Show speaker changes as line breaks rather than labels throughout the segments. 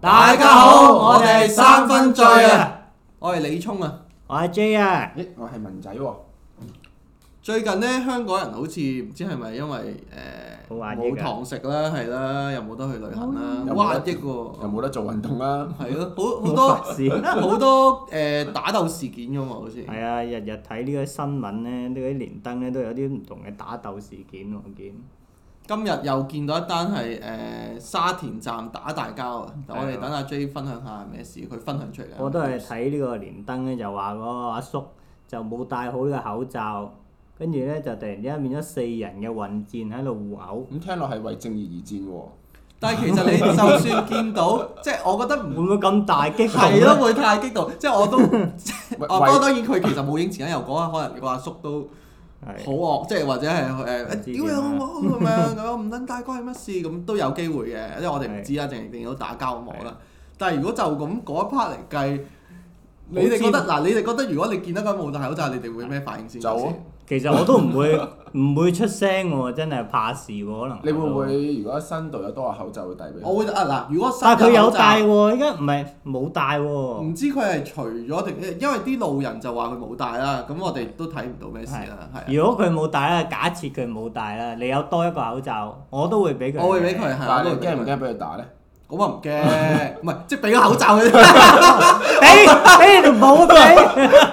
大家好，我哋三分醉啊！我係李聰啊！
我係 J 啊，
咦，我係文仔喎，
最近咧，香港人好似唔知係咪因為
好
誒
壓抑
冇
㗎哦
堂食啦，係啦，又冇得去旅行啦，
有
好壓
冇得
抑
又
喎，
冇得做運動啦。
係咯，好好
好
多
佛事。
好多誒打鬥事件㗎嘛，好似
係啊，日日睇呢個新聞咧，呢啲連登咧都有啲唔同嘅打鬥事件喎，我見。
今日又見到一單係誒沙田站打大交啊！
係
我
啊
哋等阿 J 分享下係咩事，佢分享出嚟。
我都係睇呢個連登咧，就話嗰個阿叔就冇戴好呢個口罩，跟住咧就突然之間變咗四人嘅混戰喺度互毆。
咁聽落係為正義而戰喎。
但係其實你就算見到，即係我覺得
會
唔
唔會咁大 激動啊
係咯，
咧？
會太激動。即 係我都，
喂
哦，不過
為
當然佢其實冇影前又講啊，可能個阿叔都好
係
惡，即係或者係
唔
誒哎
知點
屌你
啊
老母咁樣咁樣，唔撚大關你乜事咁都有機會嘅，因為我哋唔知啊，淨係見到打交冇啦。但係如果就咁嗰一 part 嚟計，你哋覺得嗱，你哋覺得如果你見得佢冇戴口罩，你哋會咩反應先？
走啊
其實我都唔會 唔會出聲喎，真係怕事喎，可能。
你會唔？會如果新度有多個口罩會遞俾
我
佢？
會啊嗱，如果新
但係佢有
口罩
戴喎，依家唔係冇戴喎。
唔知佢係除咗定，因為啲路人就話佢冇戴啦，咁我哋都睇唔到咩事啦，係啊。
如果佢冇戴啦，假設佢冇戴啦，你有多一個口罩，我都會俾佢。
啊我會俾佢係，我
但
都會
係啊你
俾
驚唔
佢。
驚俾佢打咧？
咁啊唔驚，唔係即係俾個口罩 佢啫，
俾俾條帽俾，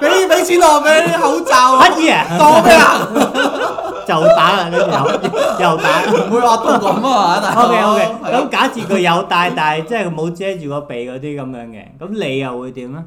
俾俾錢我俾啲口罩啊
乜，嘢啊？
當咩啊？
就打啦，你又又打。
唔會話到咁啊嘛，大佬
O K O K，
係啊
咁假設佢有戴，但係即係冇遮住個鼻嗰啲咁樣嘅，咁你又會點咧？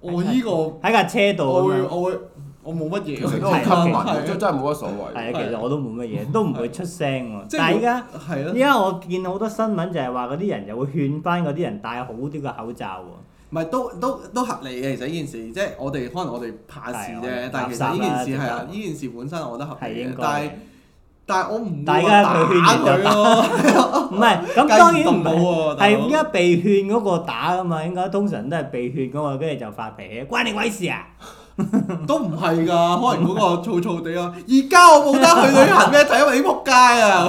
我依個我
喺架車度咁
會
樣，
我會我冇乜嘢
其實
喎，
都好
係
襟民
係啊
嘅，真真係冇乜所謂。
係啊，其實我都冇乜嘢，都唔會出聲喎。
即係
但係依家
係
依
咯，
家我見好多新聞就係話嗰啲人就會勸翻嗰啲人戴好啲個口罩喎。
唔係都都都合理嘅，其實呢件事即係我哋可能我哋怕事
係
啫
啊，
但係其
垃
實
圾
呢
啦
件事係啊，
直頭
呢件事本身我覺得合
係
理
應
嘅，
該
但係但係我唔會
大
話
家
打
佢勸完
佢
就
咯。
唔係，咁
計
當
唔
然唔
到喎
係，
大佬
係依家被勸嗰個打噶嘛，應該通常都係被勸嗰個，跟住就發脾氣，關你鬼 事啊！
都唔係㗎，可能嗰個燥燥地啊。而家我冇得去旅行咩？就因為你仆 街啊，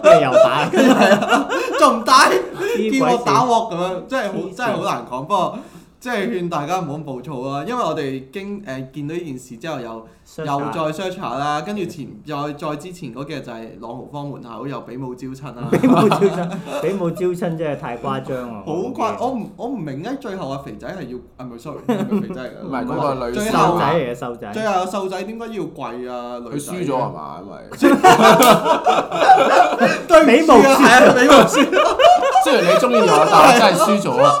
跟住又打，
跟住係啊，仲唔帶
黐
見
鬼
我打
線，
鑊咁樣，真係 好
黐線
真係好難講。不過即係勸大家唔好咁暴躁啦，因為我哋經誒、呃、見到呢件事之後又又再 search 下啦，跟住前再再之前嗰幾日就係朗豪坊門口又俾冇招親 啦。
俾冇招親，俾冇招親真係太誇張喎！
好怪，我唔我唔明咧，最後啊肥仔係要啊唔係 sorry，唔係肥仔嚟㗎
唔係嗰個女
最
瘦
後
仔嚟嘅瘦仔，
最後瘦仔點解要跪啊？
佢
女仔
輸咗係啊嘛？因為
對唔住啊，係啊，美無輸，
雖然你中意我，但 係真係輸咗啊！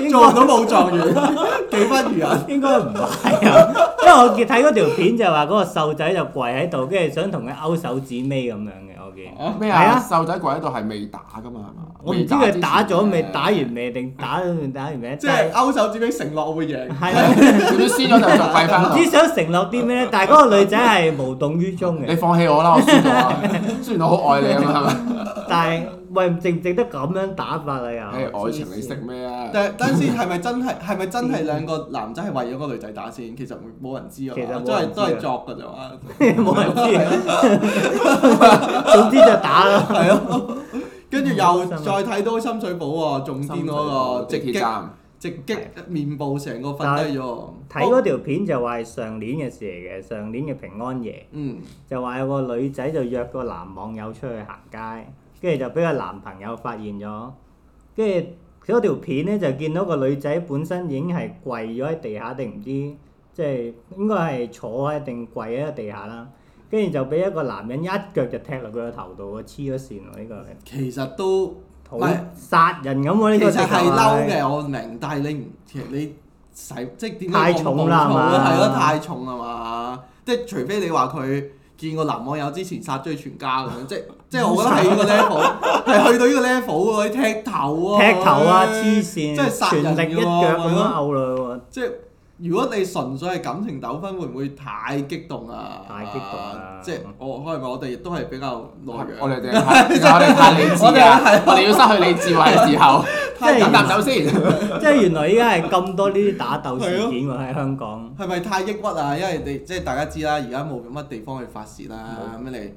應
做唔
該
到武狀元， 幾不如啊人。
應該唔 係啊，因為我見睇嗰條片就話嗰個瘦仔就跪喺度，跟住想同佢勾手指尾咁樣嘅，我見。
咩
係
啊？
啊
瘦仔跪喺度係未打噶嘛？係嘛
我唔知佢打咗未，
未
打完未定打咗打完未，
即係勾手指俾承諾我會贏，
但係係啊。
之前佢都輸咗就就跪翻
唔
落
知。想承諾啲咩，但係嗰個女仔係無動於衷
你
嘅。
放棄我啦！我輸 咗啊，雖然我好愛你啊嘛，係咪？
但係喂，值唔值得咁樣打法啊？又
誒愛情你識咩啊？
但係等陣先係咪真係係咪真係兩個男仔係為咗個女仔打先？其實冇人知啊嘛，
其實冇人
都係
知
都
啊
係作㗎咋嘛。
冇人知。 總之就打啦。
係咯，跟住又
心
再
啊
睇到深水埗喎，仲癲嗰個直
鐵
擊
站，
直擊面部成個瞓低咗喎。
睇嗰條片就話係上年嘅事嚟嘅，上年嘅平安夜
嗯，
就話有個女仔就約個男網友出去行街，跟住就俾個男朋友發現咗，跟住嗰條片咧就見到個女仔本身已經係跪咗喺地下定唔知，即係應該係坐喺定跪喺
嗯
地下啦，跟住就俾一個男人一腳就踢落佢個頭度喎，黐咗線喎呢個
其實都。
好
唔係
殺人咁喎呢
其
個
實
直頭
係嬲嘅，我明，但係你唔其實你使即係點解
太
咁
重啦
暴躁
係
咧
嘛
係咯，太重啊嘛！即係除非你話佢見個男網友之前殺咗佢全家咁樣，即即係我覺得係呢個 level，係去到呢個 level 喎，你踢頭啊，
踢頭啊黐
真係殺
線，
人啊
全力一腳咁樣
㗎喎
摳落去喎。
即係如果你純粹係感情糾紛，會唔會太激動啊？
太激動啦
即係我可能我哋亦都係比較 懦
我
弱，
哋哋我哋太理智
我哋
啊
係！
我哋要失去理智慧嘅時候，
即係
飲啖酒先。
即係原來依家係咁多呢啲打鬥事件喎喺香港，
係咪太抑鬱啊？因為你即係大家知啦，而家冇乜地方去發泄啦，咁你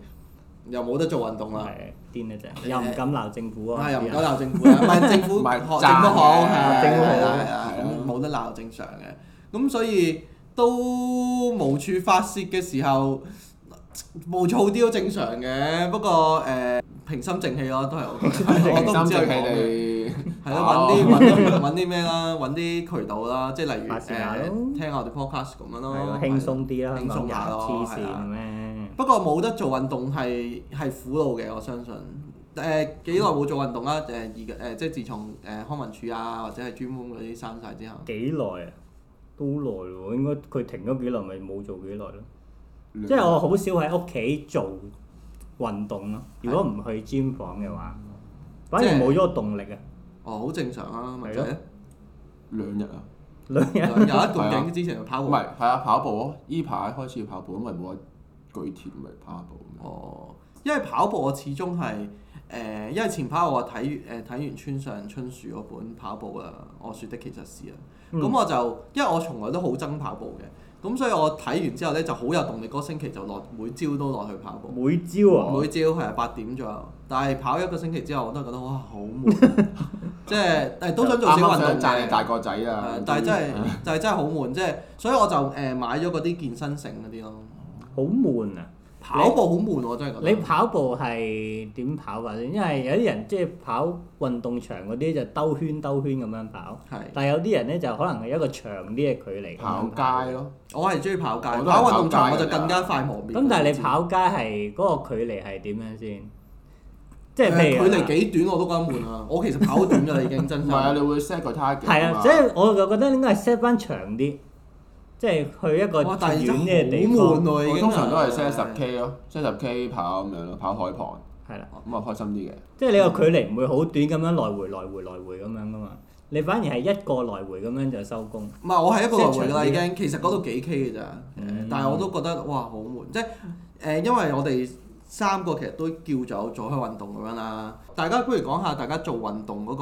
又冇得做運動啦，
係癲一隻，又唔敢鬧政府啊！
啊又唔夠鬧政府啦，唔係政府
唔係
學政府
讚嘅
好係啊
政府好
係啦係啦
係啊
咁冇得鬧正常嘅，咁所以都無處發泄嘅時候，無措啲都正常嘅，不過誒、平心靜氣咯，都係我覺得我都唔知佢講咩。
哋
係咯，揾啲揾啲揾啲咩啦，揾啲渠道啦，即係例如
哦發
誒
泄下咯
聽下我哋 podcast 咁樣咯
係咯，，輕鬆啲啦，
啊輕鬆下咯
黐
係
線
啊
咩？
不過冇得做運動係係苦惱嘅，我相信。誒幾耐冇做運動啦？誒而誒呃即係自從誒康文署啊，或者係專門嗰啲刪晒之後，
幾耐啊？都好耐喎，應該佢停咗幾耐，咪冇做幾耐咯。
嗯
即係我好少喺屋企做運動咯。如果唔去 gym 房嘅話，反而
即係
冇咗個動力啊！
哦好正常啊，咪
係
就
咯
係
兩日啊，
兩
有
日
一
啊
個景之前就跑
唔
步。
係係啊跑步咯，依排開始跑步，因為冇得舉鐵咪跑下步。
哦，因為跑步我始終係誒，因為前排我睇誒睇完村上春樹嗰本跑步啦，我説的其實是啊，咁、
嗯
我就因為我從來都好憎跑步嘅，咁所以我睇完之後咧就好有動力，嗰星期就落每朝都落去跑步。
每朝啊，
每朝係八點左右，但係跑一個星期之後，我都係覺得哇好悶， 即係誒都想做少
啱啱
運動
想讚你大
嘅，
個仔啊
誒！但係真係但係真係好悶，即係所以我就誒買咗嗰啲健身繩嗰啲咯。
好悶啊！
跑步好悶，我真係覺
你
得。
跑步係點跑法先？因為有啲人即係跑運動場嗰啲就兜圈兜圈咁樣跑，
係，
但係有啲人咧就可能係一個長啲嘅距離咁樣
跑街。咯，
我係中意跑街，
我都係
跑運動場
跑街啊
我就
㗎
更加快磨滅。
咁但係你跑街係嗰個距離係點樣先？即係
誒
譬如
啊
距離幾短我都覺得悶啊！我其實跑好短㗎啦，已經真
唔
心
係。啊，你會 set 個 target
係
㗎嘛
啊，所以我就覺得應該係 set 翻長啲，即係去一個
哇！但係
遠
真
啲
係
嘅地
好悶啊
方。
喎，已經。
我
啊
通常都係 set 十 K 咯，set 十 K 跑咁樣咯，跑海旁
係啦，
咁啊開心啲嘅。
即係你個距離唔會好短咁樣來回來回來回咁樣噶嘛，你反而係一個來回咁樣就收工。
唔係，我係一個來回㗎啦，
即
已
係長
經。其實嗰度幾 K 嘅咋，
嗯
但係我都覺得哇好悶，即係誒、因為我哋三個其實都叫咗做開運動咁樣啦。大家不如講下大家做運動嗰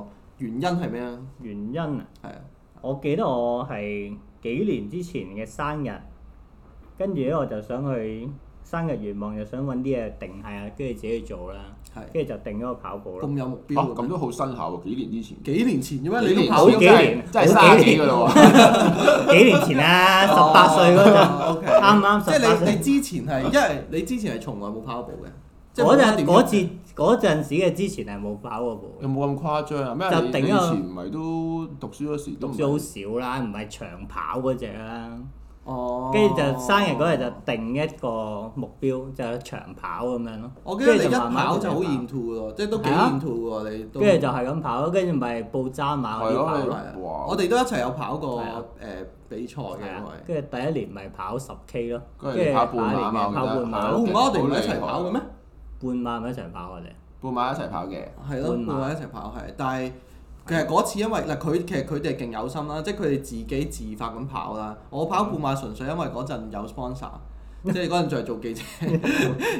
個原因係咩啊？
原因啊，
係啊，
我記得我係幾年之前嘅生日，跟住咧我就想去生日願望，就想揾啲嘢定下，跟住自己去做啦，
係
跟住就定咗個跑步咯。
咁有目標
哦，
嘅
咁
咩。
都好新下喎，幾年之前。
幾年前嘅咩？
幾
你
年
都
前
跑
好幾
真係
年
真係
好
卅
幾
幾
年
㗎咯喎。
幾年前啦，十八歲嗰陣，
O K，
啱啱
哦即係
18
你
歲
你之前係，因為你之前係從來冇跑步嘅， 即係
嗰
冇乜
陣
點
嗰次嗰陣時嘅之前係冇跑過步。
有冇咁誇張啊？咩
就
你
頂
你以
啊
前唔係都讀書嗰時都
讀
唔
書好
係
少啦，唔係長跑嗰只啦。
哦，
跟住就生日嗰日就定一個目標，就係長跑咁樣咯。
我記得你
跟
一
住慢慢
跑就好
慢慢
into 嘅咯，即係都幾
係啊
into 喎，你都。
跟住就係咁跑，跟住咪報渣馬嗰
係
啲
咯
跑咯。
係啊
哇
我哋都一齊有跑過
係啊
誒比賽嘅，
係啊
因為，
跟住第一年咪跑十 K 咯，
跟
跟
住
住
跑半
下
馬
一年
嘛
咪跑
我記
半馬咯，
跑
得係
唔
咯
係我哋唔係一齊跑嘅咩？
半馬咪一齊跑我哋。
半馬一齊跑嘅，
係咯，
半馬
半馬一齊跑係，但係其實嗰次因為嗱佢其實佢哋勁有心啦，即係佢哋自己自發咁跑啦。我跑
嗯
半馬純粹因為嗰陣有 sponsor。即係嗰陣仲係做記 者，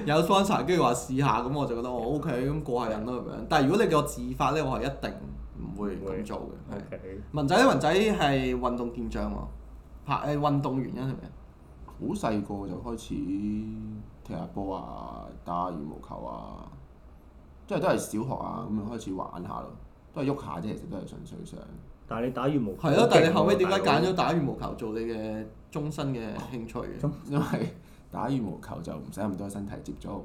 有 sponsor，跟住話試下，咁我就覺得我 OK，咁過下癮咯咁樣。但係如果你叫我自發咧，我係一定唔會
唔會
咁做嘅。係
O K，
文仔咧，文仔係運動健將喎，拍誒運動原因係咪啊？
好細個就開始踢下波啊，打下羽毛球啊，即係都係小學啊咁樣開始玩下咯，都係喐下啫，其實都係純粹想。
但係你打羽毛球
係咯，但係你
勁喎
後尾點解
大
揀
佬
咗打羽毛球做你嘅終身嘅興趣嘅？
因為打羽毛球就唔使咁多身體接觸，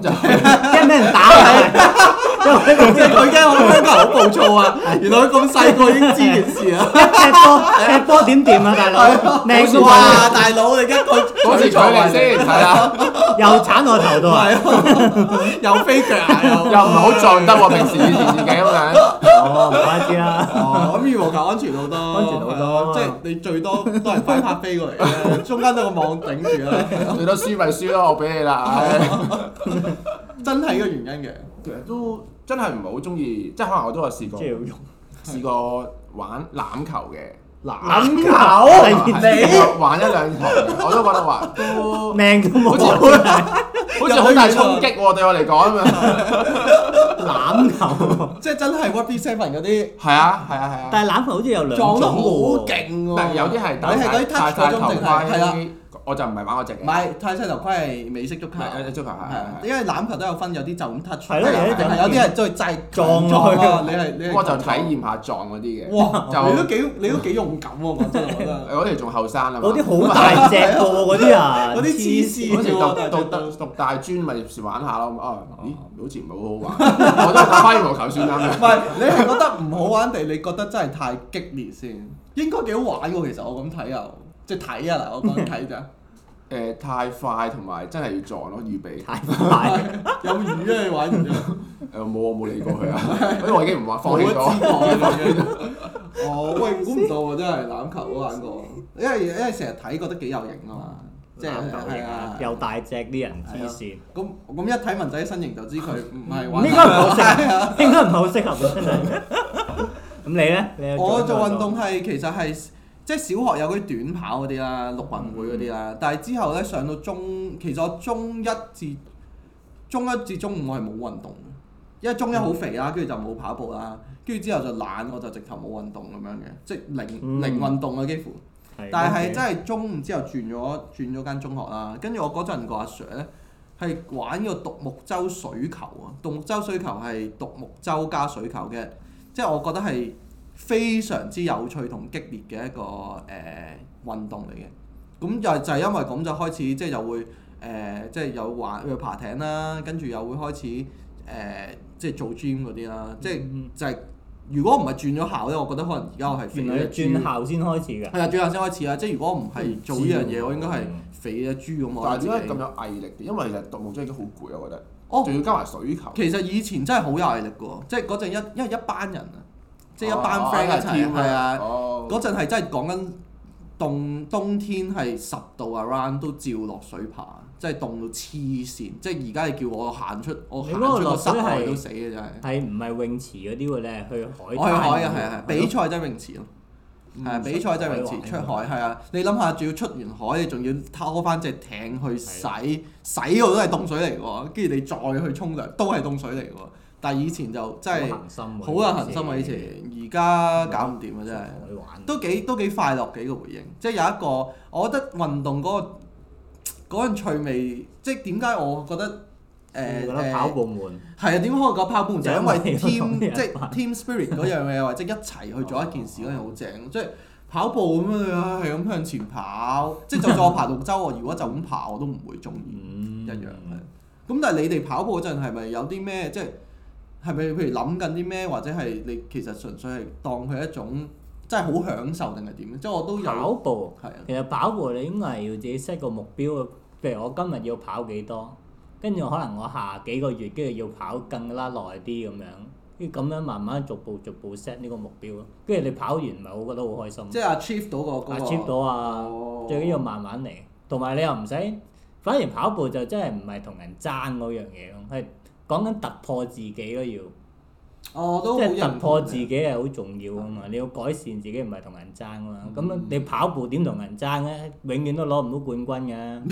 就
驚俾人打啊？因為
即係佢驚我香港人好暴躁 啊！原來佢咁細個已經知件事啊！
踢波踢波點掂啊，大佬命都
哇，大佬你而家個
嗰時佢嚟先，係啊 啦，
又鏟我頭度啊！
係咯， 又飛腳啊
又
又
唔好撞得喎，平時以前自己咁樣。
哦，唔怪之啦。
哦，咁羽毛球安全好多，
安全好多
係啊即係你最多都係快拍飛過 嚟嘅，中間都有個網頂住啦，
最多輸咪輸咯，我俾你啦。唉
真係呢個原因嘅。
其實都真係唔係好中意，即係可能我都有試過
即係要用
試過玩欖球嘅，
籃
係啊
球，
試過玩一兩堂嘅，我都覺得話都
命都冇
好似
啊！
好大，好似好大衝擊喎，對我嚟講咁樣。
籃球，
即係真係 What B Seven 嗰啲
係啊，係啊，係啊。
但係籃球好似有兩種
撞得好
喎。
勁喎，
但有啲係打
你係嗰啲
曬
touch 嗰種定係係啦
頭盔我就唔係玩嗰只嘅。
唔係泰式頭盔係美式足球，
係誒足球係
係啊
係，係。
因為欖球都有分，有啲就咁 touch，
係咯有啲就咁
係有啲係最真係
撞
落
落
啊你係你係
我就體驗下撞嗰啲嘅。
哇！
就
你都幾你都幾勇敢喎，講真，我覺 得
我哋仲後生啊嘛。
嗰啲好大隻嘅喎，嗰啲啊，
嗰啲黐線
嗰時讀讀讀讀大專咪玩下咯，哦，咦，好似唔係好好玩，我都係打翻羽毛球算啦
唔。係你係覺得唔好玩定你覺得真係太激烈先？應該幾好玩喎，其實我咁睇又即係睇啊嗱，我講睇 咋，
誒太快同埋真係要撞咯，預備。
太快，
有魚啊你玩完咗，
誒冇我冇理過佢啊， 因為我已經唔玩 放棄
冇
咗。
一知我哦，喂，估唔到喎，真係欖球都玩過，因為因為成日睇覺得幾有型啊嘛， 即係
攬球
係
型
啊
啊，，又大隻啲人黐線，
咁咁一睇文仔身形就知佢唔係啊玩
應該唔好適 合，應該唔好適合真係。 咁你咧？你有
我做
過
運動係其實係即係小學有嗰啲短跑嗰啲啦、陸運會嗰啲
嗯
啦，但係之後咧上到中，其實我中一至中一至中五我係冇運動嘅，因為中一好肥啦，跟住就冇跑步啦，跟住之後就懶，我就直頭冇運動咁樣嘅，即係零、
嗯
零運動啊幾乎。
係，
但係真
係
係中午之後轉咗轉咗間中學啦，跟住我嗰陣個阿 Sir 咧係玩個獨木舟水球啊，獨木舟水球係獨木舟加水球嘅，即係我覺得係非常之有趣同激烈嘅一個誒、呃、運動嚟嘅。咁就就係因為咁就開始即係又會誒、呃即係有玩去爬艇啦，跟住又會開始誒、呃即係做 gym 嗰啲啦，即係
嗯
就係、如果唔係轉咗校咧，我覺得可能而家我係肥
原來
咗
你
豬
轉校先開始㗎。
係啊，最後先開始啊！即係如果唔係做呢樣嘢，
嗯
我應該係肥嘅豬咁啊
但
我
係
自
點解
己。
咁有毅力嘅？因為其實獨木舟已經好攰，啊我覺得。
哦
仲要加埋水球。
其實以前真係好有毅力嘅喎，即係嗰陣一因為一班人啊，即係一班
哦
friend 一
一
齊
個 team
係啊，
哦。
嗰陣係真係講緊凍冬天係十度 around 都照落水爬，真係凍到黐線！即係而家你叫我行出我
你
行
嗰個
出個
落
室
水
外
係
都死嘅真係。
係唔係泳池嗰啲喎？你係去海
我去海
灘
嘅哦係
喎
啊係比賽真係泳池咯。係啊，比賽就係泳池出海係啊！你諗下，仲要出完海，你仲要拖翻隻艇去洗，洗嗰個都係凍水嚟喎，跟住你再去沖涼都係凍水嚟喎。但係以前就真係
好恆心喎
好有恒心啊！以前而家搞唔掂啊，真係
同佢玩
都幾都幾快樂嘅一個回應。即係有一個，我覺得運動嗰、個嗰陣趣味，即係點解我覺得
你
誒
覺
誒
得跑步悶，
係啊，點解我講跑步就因為
就 因為我
team
同人
即係 team spirit 嗰樣嘢，或者一齊去做一件事嗰樣好正，即係跑步咁樣啊，係咁向 前跑，即係就算我爬綠洲，我如果就咁爬我都唔會中意
嗯
一樣係。咁但係你哋跑步嗰陣係咪有啲咩即係係咪譬如諗緊啲咩，或者係你其實純粹係當佢一種真係好享受定係點咧？即係我都有
跑步
係啊，
其實跑步你應該係要自己 set 個目標，譬如我今日要跑幾多，跟住可能我下幾個月跟住要跑更加耐啲咁樣，跟住咁樣慢慢逐步逐步 set 呢個目標咯。跟住你跑完咪我覺得好開心
即係 achieve 到個嗰個
，achieve 到啊！
哦
最緊要慢慢嚟，同埋你又唔使，反而跑步就真係唔係同人爭嗰樣嘢咯，係講緊突破自己咯要。
哦都
即
好
係
認
突
同
破
嘅
自己係好重要啊嘛！你要改善自己，唔係同人爭啊嘛。
嗯
咁樣你跑步點同人爭咧？永遠都攞唔到冠軍 㗎。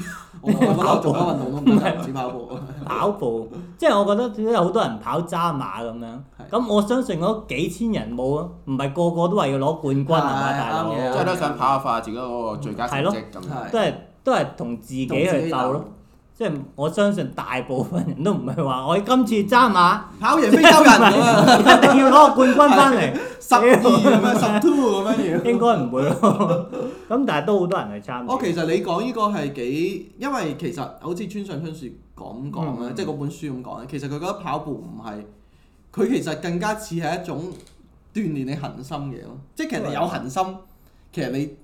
我我覺得做緊運動都唔得，唔止跑步。
跑步即係我覺得有好多人跑渣馬咁樣
係，
咁我相信嗰幾千人冇啊，唔係個個都話要攞冠軍係嘛，
係
大佬
啱嘅
即係都想跑下快自己嗰個最佳成績咁
係
樣。
都係都係同自己去鬥咯
同。
即係我相信大部分人都唔係話我今次渣 馬，
跑贏非洲人 咁 啊，
一定要攞個冠軍翻嚟。
十二咁樣，十 two 咁樣要。
應該唔會咯。咁但係都好多人去參與。
我其實你講呢個係幾，因為其實好似村上春樹咁講咧，
嗯
即係嗰本書咁講咧，啊其實佢覺得跑步唔係，佢其實更加似係一種鍛鍊你恒心嘅嘢咯。即係其實你有恒心，其實你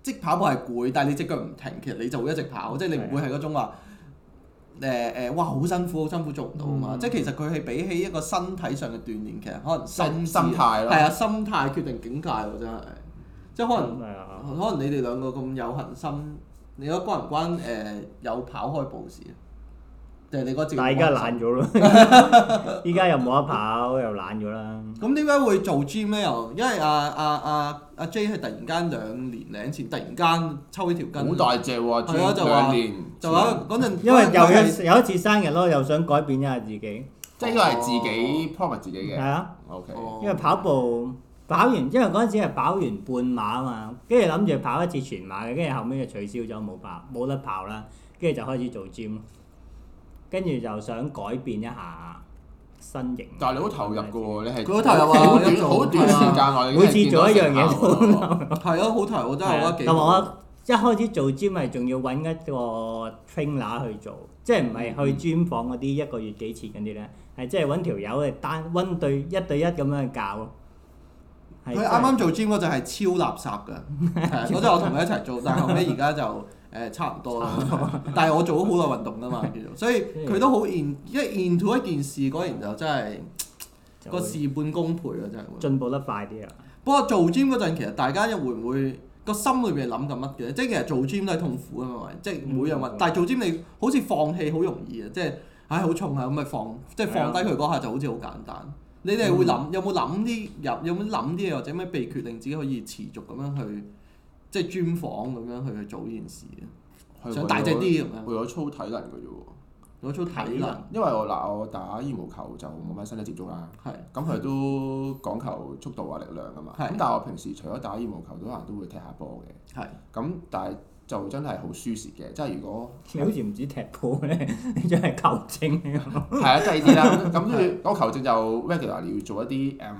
即係跑步係攰，但係你只腳唔停，其實你就會一直跑，即係你唔會係嗰種話。誒誒，哇！好辛苦，好辛苦做唔到啊嘛！
嗯
即係其實佢係比起一個身體上嘅鍛鍊，其實可能
心
心
心態咯
係啊，心態決定境界喎，真係。即係可能
咁啊
可能你哋兩個咁有恒心，你覺得關唔關誒、呃有跑開步事啊？定係你覺得自己冇
但係而家
恒
懶
心？
咗咯， 依家又冇得跑，又懶咗啦。
咁點解會做 gym 咧？又因為阿啊阿阿阿 J 啊係突然間兩年零前突然間抽起條筋，
好大隻喎，
係啊就
轉
話
兩年。
就話嗰陣，
因為
嗰陣
又
佢
有
係
有一次生日咯，又想改變一下自己。
即係呢個係自己 promise 自己
係
嘅。
啊，
O K。
哦
因為跑步跑完，因為嗰陣時係跑完半馬啊嘛，跟住諗住跑一次全馬嘅，跟住後尾就取消咗冇跑，冇得跑啦，跟住就開始做 gym 咯，跟住就想改變一下身形。
但係你好投入嘅喎，你係
佢好投入啊
好短
一路
好短時間內你
每
已經
次
係見到
做一樣嘢
成效㗎喎
係啊，好睇，我真係覺得幾
同埋
好。
我一開始做 gym 係仲要揾一個 trainer 去做，即係唔
嗯
係去 gym 房嗰啲一個月幾次嗰啲咧，係即係揾條友係單温對一對一咁樣去教咯。係
佢啱啱做 gym 嗰陣係超垃圾 㗎，係嗰陣我同佢一齊做，但係後尾而家就誒差唔多啦。 但係我做咗好耐運動㗎嘛，叫做，所以佢都好 in 一 into 一件事嗰然就真係
就
個
會
事半功倍啊，真係會。
進步得快啲啊！
不過做 gym 嗰陣，其實大家又會唔會個心裏邊諗緊乜嘅？即係其實做 gym 都係痛苦啊嘛，係咪即係每樣物。
嗯
但係做 gym 你好似放棄好容易啊，即係唉好重啊，咁咪放即係放低佢嗰下就好似好簡單。你哋會諗有冇諗啲有有冇諗啲嘢或者咩秘訣令自己可以持續咁樣去即係專訪咁樣去去做呢件事啊？
係
想大隻啲咁樣
為咗操體能嘅啫喎。
攞出體能
因為我嗱，我打羽毛球就冇乜身體接觸啦。
係
咁佢都講求速度啊、力量啊嘛。
嗯係
咁但係我平時除咗打羽毛球，都可能都會踢下波嘅。
係
咁但係就真係好舒適嘅，即係如果
你好似唔止踢波咧， 你真係球精嚟㗎
嗯
係啊，即係呢 啲啦。咁跟住我球證就 regular 要做一啲誒、嗯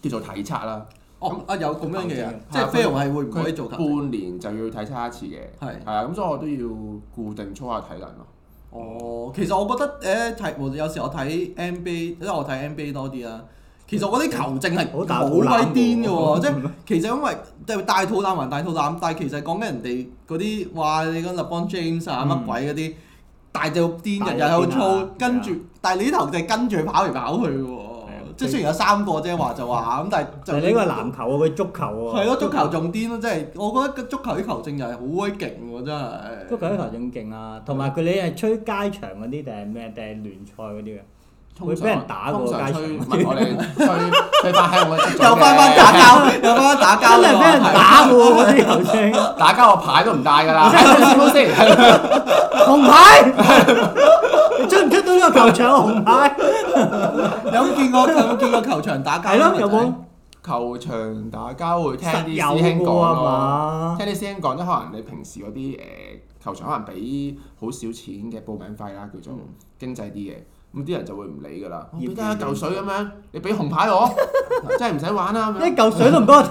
叫做體測啦。
哦啊有咁樣嘅嘢
係，
即係飛龍係會唔
佢
可以做㗎？
半年就要體測一次嘅。
係
係啊，咁所以我都要固定操下體能咯。
哦，其實我覺得誒睇，無論有時我睇 NBA，因為我睇 NBA 多啲啦。其實我啲球證係
好大
好
肚
鬼
腩
癲嘅
喎
喎，即係其實因為即係大肚腩還大肚腩，但係其實講緊人哋嗰啲話你講 LeBron James 啊乜
嗯
鬼嗰啲大隻到癲，
大
日
隻
日喺度
癲
操
啊，
跟住
係
但係你啲球證跟住跑嚟跑去嘅喎
啊，
即係雖然有三個啫 話就話咁，但係
就係你個籃球喎，佢足球喎。
係咯，足球仲癲咯，即係我覺得足球啲球證又係好鬼勁喎，真
足球
係。
啲球仲勁啊，同埋佢你係吹街場嗰啲定係咩？定係聯賽嗰啲嘅？啊會俾人打過
通常
街
吹，唔
場
係我哋 吹吹翻喺我嘅
又翻翻打 交，又翻翻打
真
交
係
啦啊
俾人
係
打喎！嗰啲球星，
打交，我牌都唔帶㗎 啦。冇先，
紅牌，你出唔出到呢個球場紅牌？
有冇見過有冇見過球場打交？
係咯，有冇？
球場打交會聽
實
啲
有
師兄
嘅
講
喎
咯。
嘛？
聽啲師兄講，即係可能你平時嗰啲誒球場可能俾好少錢嘅報名費啦，叫
嗯
做經濟啲嘅。咁啲人就會唔理㗎
哦
啦。我俾得
啊
一嚿水咁樣，你俾紅 牌我，真係唔使玩啦咁
一
樣。
嚿水都唔俾我踢，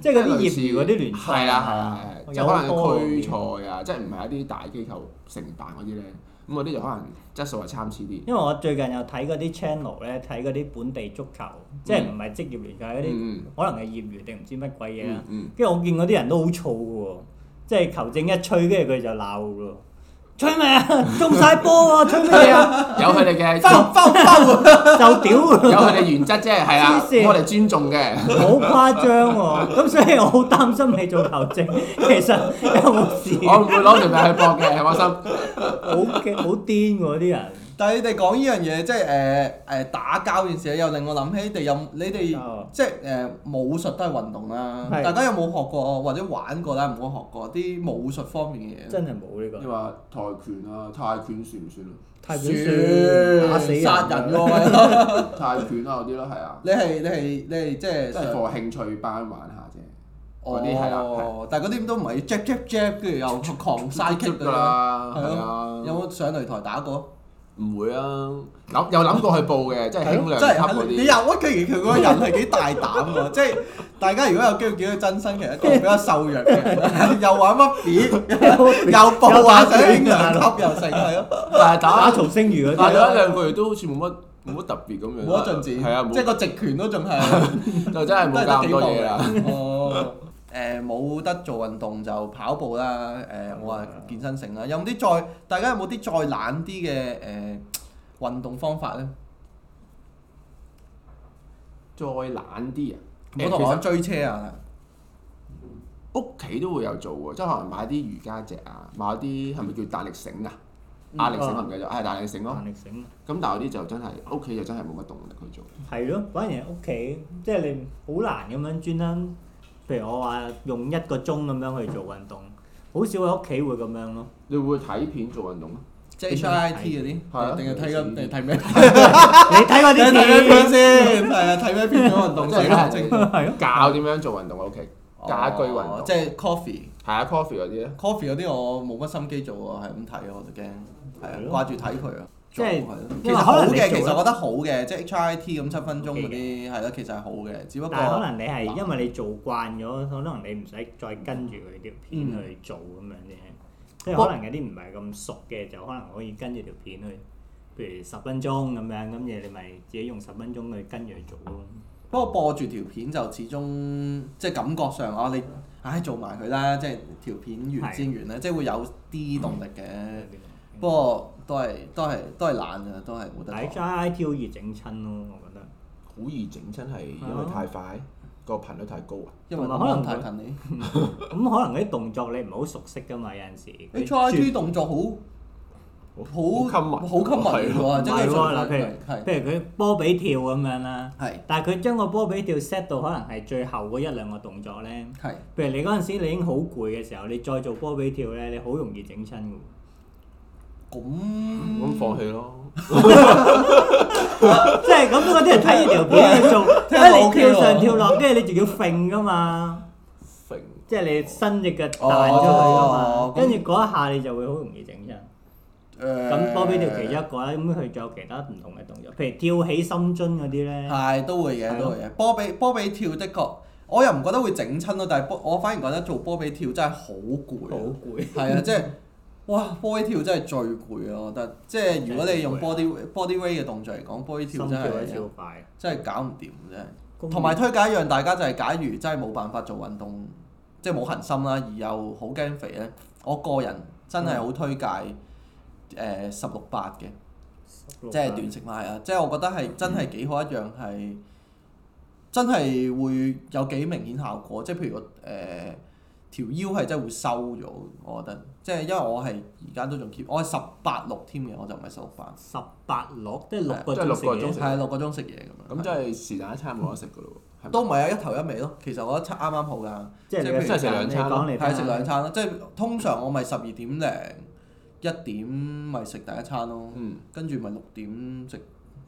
即係嗰啲
類
業
似
餘嗰啲聯賽啊
係啦係啦係啦，即係可
好多
能
喎
區賽啊，即係唔係一啲大機構承辦嗰啲咧，咁嗰啲就可能質素係參差啲。
因為我最近又睇嗰啲 channel 咧，睇嗰啲本地足球，即係唔係職業聯賽嗰啲，
嗯
可能係業餘定唔知乜鬼嘢啦
嗯。嗯，
跟住我見嗰啲人都好燥嘅喎，即係球證一吹，跟住佢就鬧嘅喎。吹咩 啊？中晒波喎，吹咩嘢啊？
有佢哋嘅
翻翻翻
就屌喎！
有佢哋原則啫，係啊，
黐線
咁我哋尊重 嘅。
好誇張喎、咁所以我好擔心你做球證，其實有冇
我
事？
唔會攞條命去搏嘅，放心。
好嘅，好癲喎啲人，
但係你哋講呢樣嘢，即係誒誒打交件事，又令我諗起你哋有你哋、
哦
即係誒、武術都係運動啦。
係
大家有冇學過或者玩過啦？唔好學過啲武術方面嘅嘢。
真係冇呢
你
個。
話跆拳啊、泰拳算唔算啊？
太表算打死人，
啊殺人喎！
泰拳啊嗰啲咯，係啊，
你係你係你係即
即
係
係
想
課興趣班玩下啫。嗰啲係啦
哦，但係嗰啲都唔係 jab jab jab，跟住又狂晒 kick
㗎
㗎 啦。
啦，係啊，
有冇上擂台打過？
唔會啊？諗有諗過去報嘅，即係輕量
真係
級嗰
你又
啲。
屈佢，其實佢嗰個人係幾大膽喎！ 即係大家如果有機會見到佢真身，其實一個比較瘦弱嘅人， 又玩乜嘢？又暴話想興兩級又成係咯，
打
但係打
曹星如嗰啲
打咗一
咯，
兩個月都好似冇乜冇乜特別咁樣。
冇得進展，
係啊，
即係
冇
個直拳都仲係
就 真係
都
冇
係
搞
得
咁
幾
多
步
嘢啊啦。
嘅哦， 誒冇得做運動就跑步啦，誒我話健身城啦，有冇啲再大家有冇啲再懶啲嘅誒運動方法咧？
再懶啲啊！
唔好同我講追車啊，
屋企都會有做喎，即係可能買啲瑜伽席啊，買啲係咪叫大力繩啊？壓力繩我唔記得咗，係大力繩咯
彈。力繩
咁但係嗰啲就真係屋企就真係冇乜動力去做。
係咯，反而喺屋企即係你好難咁樣專登，譬如我話用 一個鐘咁樣去做運動，好少喺屋企會咁樣咯。
你會睇片做運動啊？
即係 HIT 嗰啲，
係啊
定係睇個定係睇咩？
你睇過
睇
啲
咩片
片？
先？係啊，睇咩片做運動水行 精？
係咯，
教點樣做運動啊？屋企家居運
哦
動，
即係 coffee。
係啊，coffee 嗰啲咧，
coffee 嗰啲我冇乜心機做啊，係咁睇啊我就驚，
係
係
咯
啊掛住睇佢啊。
即係
做係咯其
因為
實好
可能你
嘅，
做
其實
得
我覺得好嘅，即係 HIT 咁七分鐘
OK
嗰啲係咯，其實係好嘅，只不過
但係可能你係因為你做慣咗，可能你唔使再跟住佢條片去做咁樣啫。即係可能有啲唔係咁熟嘅，就可能可以跟住條片去，譬如十分鐘咁樣，咁嘢你咪自己用十分鐘去跟住去做咯。
不過播住條片就始終即係感覺上啊，你唉做埋佢啦，即係條片完先完咧，即係會有啲動力
嗯
嘅。不過都係都係都係懶嘅，都係冇得
但係
講。
JIT 好易整親咯，我覺得。
好易整親係因為太快，個頻率太高啊。
因為
同埋可能
太近你
咁可能嗰啲動作你唔係好熟悉噶嘛，有陣時。你轉
HIT 動作好好好
好
common
係
嘅
咯
喎，即係
唔係喎嗱
純粹係
譬如佢波比跳咁樣啦，
係
但係佢將個波比跳 set 到可能係最後嗰一兩個動作咧。
係。
譬如你嗰陣時你已經好攰嘅時候，你再做波比跳咧，你好容易整親嘅喎。
咁
咁放棄 咯。
即係咁嗰啲人睇住條片去做，
聽
因為你
聽落 OK 喎
跳上跳落，跟住你仲要揈噶嘛，
揈
即係你伸隻腳彈出去噶嘛
哦，
跟住嗰一下你就會好容易整親。
誒
咁波比跳其中一個啦，咁佢仲有其他唔同嘅動作，譬如跳起深蹲嗰啲咧，
係都會
係
嘅，
咯
都會嘅。波比波比跳的確，我又唔覺得會整親咯，但係波我反而覺得做波比跳真係好
好
攰啊，
攰。
係啊，即係哇波比跳真係最攰啊！我覺得，即係如果你用
真係啊
body body weight 嘅動作嚟講，波比
心跳
跳真
得
係
超快，
真係搞唔掂真係。同埋推介一樣，大家就係假如真係冇辦法做運動，即係冇恒心啦，而又好驚肥咧，我個人真係好推介誒十六八嘅。即係短食派啊！即係我覺得係真係幾好一樣係，真係會有幾明顯效果。即係譬如我誒、呃、條腰係真係會收咗，我覺得。即係因為我係而家都仲 keep，我係十八六添嘅，我就唔係十六八，
十八六，即係六個
即係六個
鐘
鐘
食
食
嘢。
係六個鐘食嘢咁樣。
咁即係是但一餐冇得食噶咯喎。係咪
都唔係啊，一頭一尾咯。其實我覺得啱啱好㗎，
即係你
即係
食兩餐咯
你講嚟聽
係啊
下
食兩餐咯。即係通常我咪十二點零一點咪食第一餐咯，
嗯，
跟住咪六點食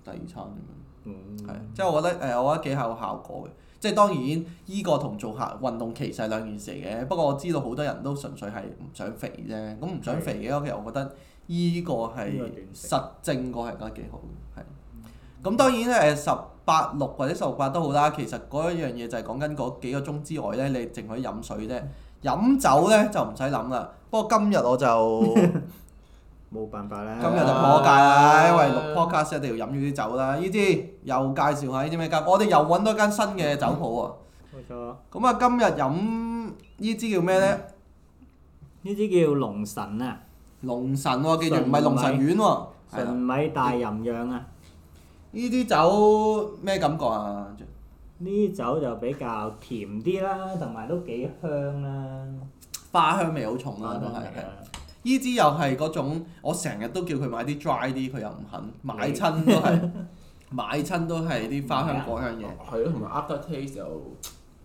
第二餐咁樣。
嗯
係，即係我覺得誒、我覺得幾有效果嘅。即係當然，依個同做下運動其實係兩件事嚟嘅。不過我知道好多人都純粹係唔想肥啫。咁唔想肥嘅，其實我覺得依個
呢個
係
短期
實證過係覺得幾好嘅。係。咁當然誒，十八六或者十六八都好啦。其實嗰一樣嘢就係講緊嗰幾個鐘之外咧，你淨可以飲水啫。飲酒咧就唔使諗啦。不過今日我就
冇辦法啦。
今日就破戒
啊
啦，因為錄 podcast 一定要飲呢啲酒啦。呢支又介紹下呢啲咩間，我哋又揾多間新嘅酒鋪啊。
冇錯，
咁啊，今日飲呢支叫咩呢？
呢啲叫龍神啊，
龍神喎，記住唔係龍神丸喎。係
純
啦，
米大吟釀啊。
呢支酒咩感覺啊？
呢酒就比較甜啲啦，同埋都幾香啦。
花香味好重
啊
啦，啊都係。係呢支又係嗰種，我成日都叫佢買啲 dry 啲，佢又唔肯，買親都係 買親都係啲花香果香嘢。
係咯，同埋 after taste 就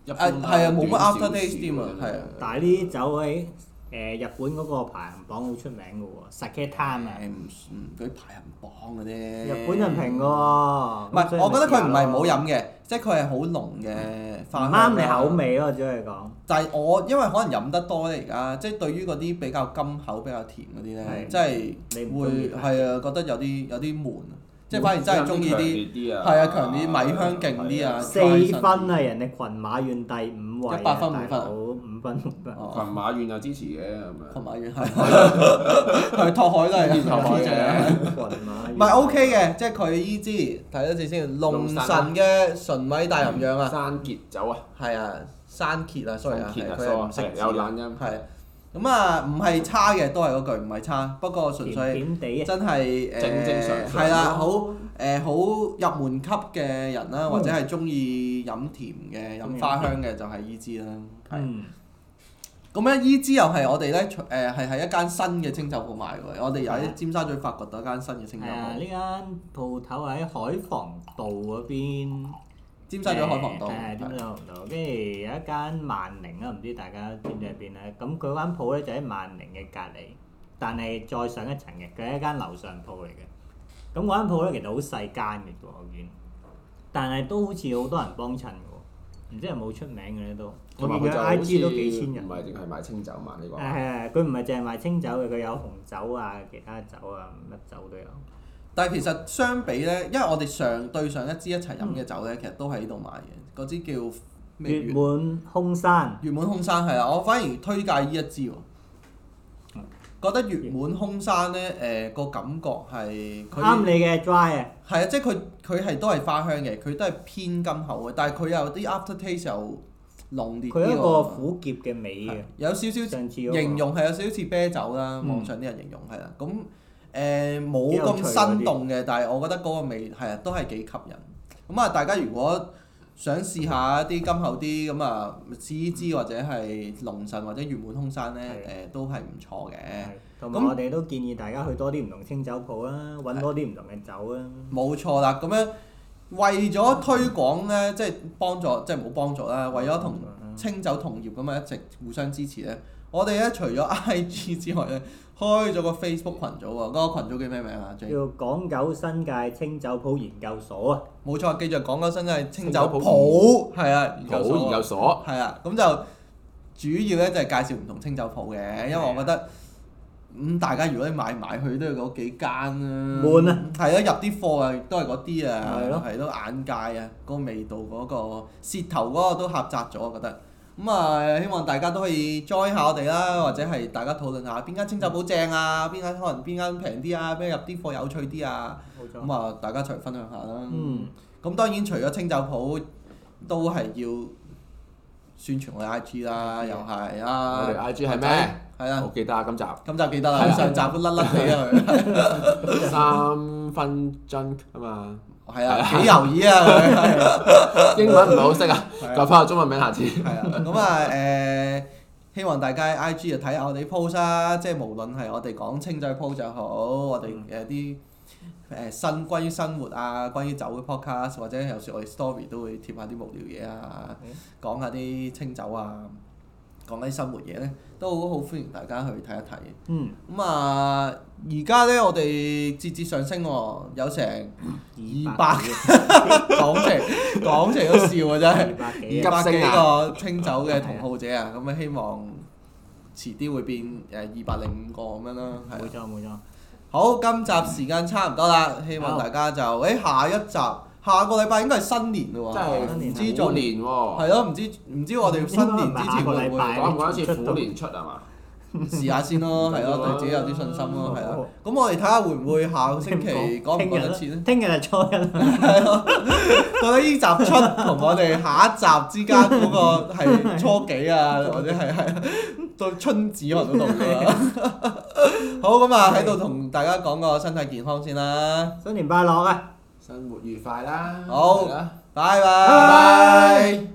一
啊
般啦
係啊冇乜
短少
after taste 添啊
少嘅
係啊
但係呢啲酒喺誒日本嗰個排行榜好出名嘅喎，Sake Time 啊
誒，唔唔嗰啲排行榜嗰啲。
日本人評嘅喎。
唔係，我覺得佢唔係
飲，
冇飲啊嘅，即係佢係好濃嘅
唔
花
啱
香
你
啦
口。味咯，只可以講。
但係我因為可能飲得多咧，而家即係對於嗰啲比較甘口、比較甜嗰啲咧，
係
即係
你唔中意
會係啊，覺得有啲有啲悶，啊即係反而真係中意啲
啲
係啊強啲米香勁啲啊
四分啊，人哋群馬縣第五位啊，
100分
大
滿分
佬五分六分。
哦
群馬縣又支持嘅咁啊
同
樣。
埋 係係托海都係
托 海嘅
唔
唔
係 OK。嘅，即係佢依支睇多次先，龍
龍
神
神
嘅純米大吟釀啊！
山傑酒啊，
係啊，山蠍啊，sorry 啊，
山蠍啊
係佢係唔識
sorry，
字
有懶音
係咁啊，唔係差嘅，都係嗰句唔係差，不過純粹
甜甜地啊，
真係誒，
正正常常
係啦，好誒好入門級嘅人
嗯
啦，或者係中意飲甜嘅、飲花香嘅就係依支啦。係
嗯，
咁咧，依支又係我哋咧誒係喺一間新嘅清酒鋪賣嘅，我哋又
係啊
喺尖沙咀發掘到一間新嘅清酒
係啊，呢
鋪，
間鋪頭喺海防道嗰邊。
尖沙咀海防道。
係係尖沙咀海防道，跟住有一間萬寧啊，唔知大家知唔知喺邊咧？咁佢間鋪咧就喺萬寧嘅隔離，但係再上一層嘅，佢係一間樓上鋪嚟嘅。咁嗰間鋪咧其實好細間嘅喎，我見，但係都好似好多人幫襯嘅喎，唔知係冇出名嘅咧都。我
同埋
見
佢
佢
就好
I
似
G 都幾千人
唔。係淨係賣清酒嘛？呢個
誒
啊
係係佢唔係淨係賣清酒嘅，佢有紅酒啊、其他酒啊、乜酒都有。
但係其實相比咧，因為我哋上對上一支一齊飲嘅酒咧，其實都喺呢度買嘅，嗰支叫咩
月
月
滿空山，
月滿空山係啊，我反而推介呢一支喎
嗯。
覺得月滿空山咧，誒、個感覺係佢
啱你嘅 dry 啊，
係啊，即係佢佢係都係花香嘅，佢都係偏甘口嘅，但係佢有啲 after taste 又濃烈啲
佢一個
喎。
苦澀嘅尾
係
嘅。
有少少
上次嗰個
形容係有少少似啤酒啦，
嗯
網上啲人形容係啦。咁誒冇
幾有趣嗰
咁
啲
生動嘅，但係我覺得嗰個味係啊都係幾吸引。咁啊，大家如果想試下一啲今後啲咁啊，芝芝或者係龍神或者月滿空山咧，誒都係唔錯嘅。
係同
咁
埋我哋都建議大家去多啲唔同清酒鋪啦，揾多啲唔同嘅酒啦。
冇錯啦，咁樣為咗推廣咧，即係幫助，即係冇幫助啦。為咗同清酒同業咁啊，一直互相支持咧。我哋咧除咗 I G 之外咧，開咗個 Facebook 群組喎。嗰、個群組叫咩名啊
叫
？J，
港九新界清酒鋪研究所啊，
冇錯，記住講嗰身係清酒
清酒
鋪，係啊，研究
好研
所，
究所，
係啊，咁就主要咧就係介紹唔同清酒鋪嘅，因為
啊
我覺得。咁、大家如果你買埋去都係嗰幾間啦，
悶啊，
係啊，入啲貨啊都係嗰啲啊，
係咯
係咯，眼界啊，個味道嗰、個舌頭嗰個都狹窄咗，我覺得。咁啊，希望大家都可以 join 下我哋啦，或者係大家討論下邊間清酒鋪正啊，邊間可能邊間平啲啊，邊入啲貨有趣啲啊。
冇錯。
咁啊，大家一齊分享下啦。
嗯，
咁當然除咗清酒鋪，都係要宣傳我哋 IG 啦，又係
我
啊。
哋 I G 係
仔
咩？
係啊
我，記得啊，今 集
咁就記得啦。上集都甩甩地啊佢。
三分 junk 啊嘛，
係啊，幾猶豫啊佢。
英文唔係好識啊，
係啊
改翻個中文名 下次。
係啊，咁啊誒，希望大家 I G 就睇下我哋 post 啦，即係無論係我哋講清酒 post 就好，我哋誒啲誒生關於生活啊，關於酒嘅 podcast，或者有時我哋 story 都會貼下啲無聊嘢啊，講下啲清酒啊，講下啲生活嘢咧，都好歡迎大家去睇一睇。
嗯，
咁啊，而家咧我哋節節上升喎、有成
二
二百講成講成都笑啊真
二。
係
百幾啊，
二百幾個清酒嘅同好者啊，咁啊希望遲啲會變誒二百零五個咁樣啦，係
冇
啊。
錯冇錯。
好，今集時間差唔多啦，希望大家就誒、下一集，下個禮拜應該係新年嘞喎，
真係
唔
新
知
虎
仲
年喎，
係咯，唔知唔知我哋新年之前會
應該唔係
唔會
下
講唔講一次虎年出係嘛？
試下先咯，係咯，對自己有啲信心咯，係咯。咁我哋睇下會唔會下個星期講唔講得次咧？
聽日就初一啦，
到底呢集出同我哋下一集之間嗰 個係初幾 啊，或者係係到春至可能都到㗎啦。 好咁啊，喺度同大家講個身體健康先啦，
à. 新年快樂啊！
生活愉快啦，啊
好
係啦
啊
拜
拜拜。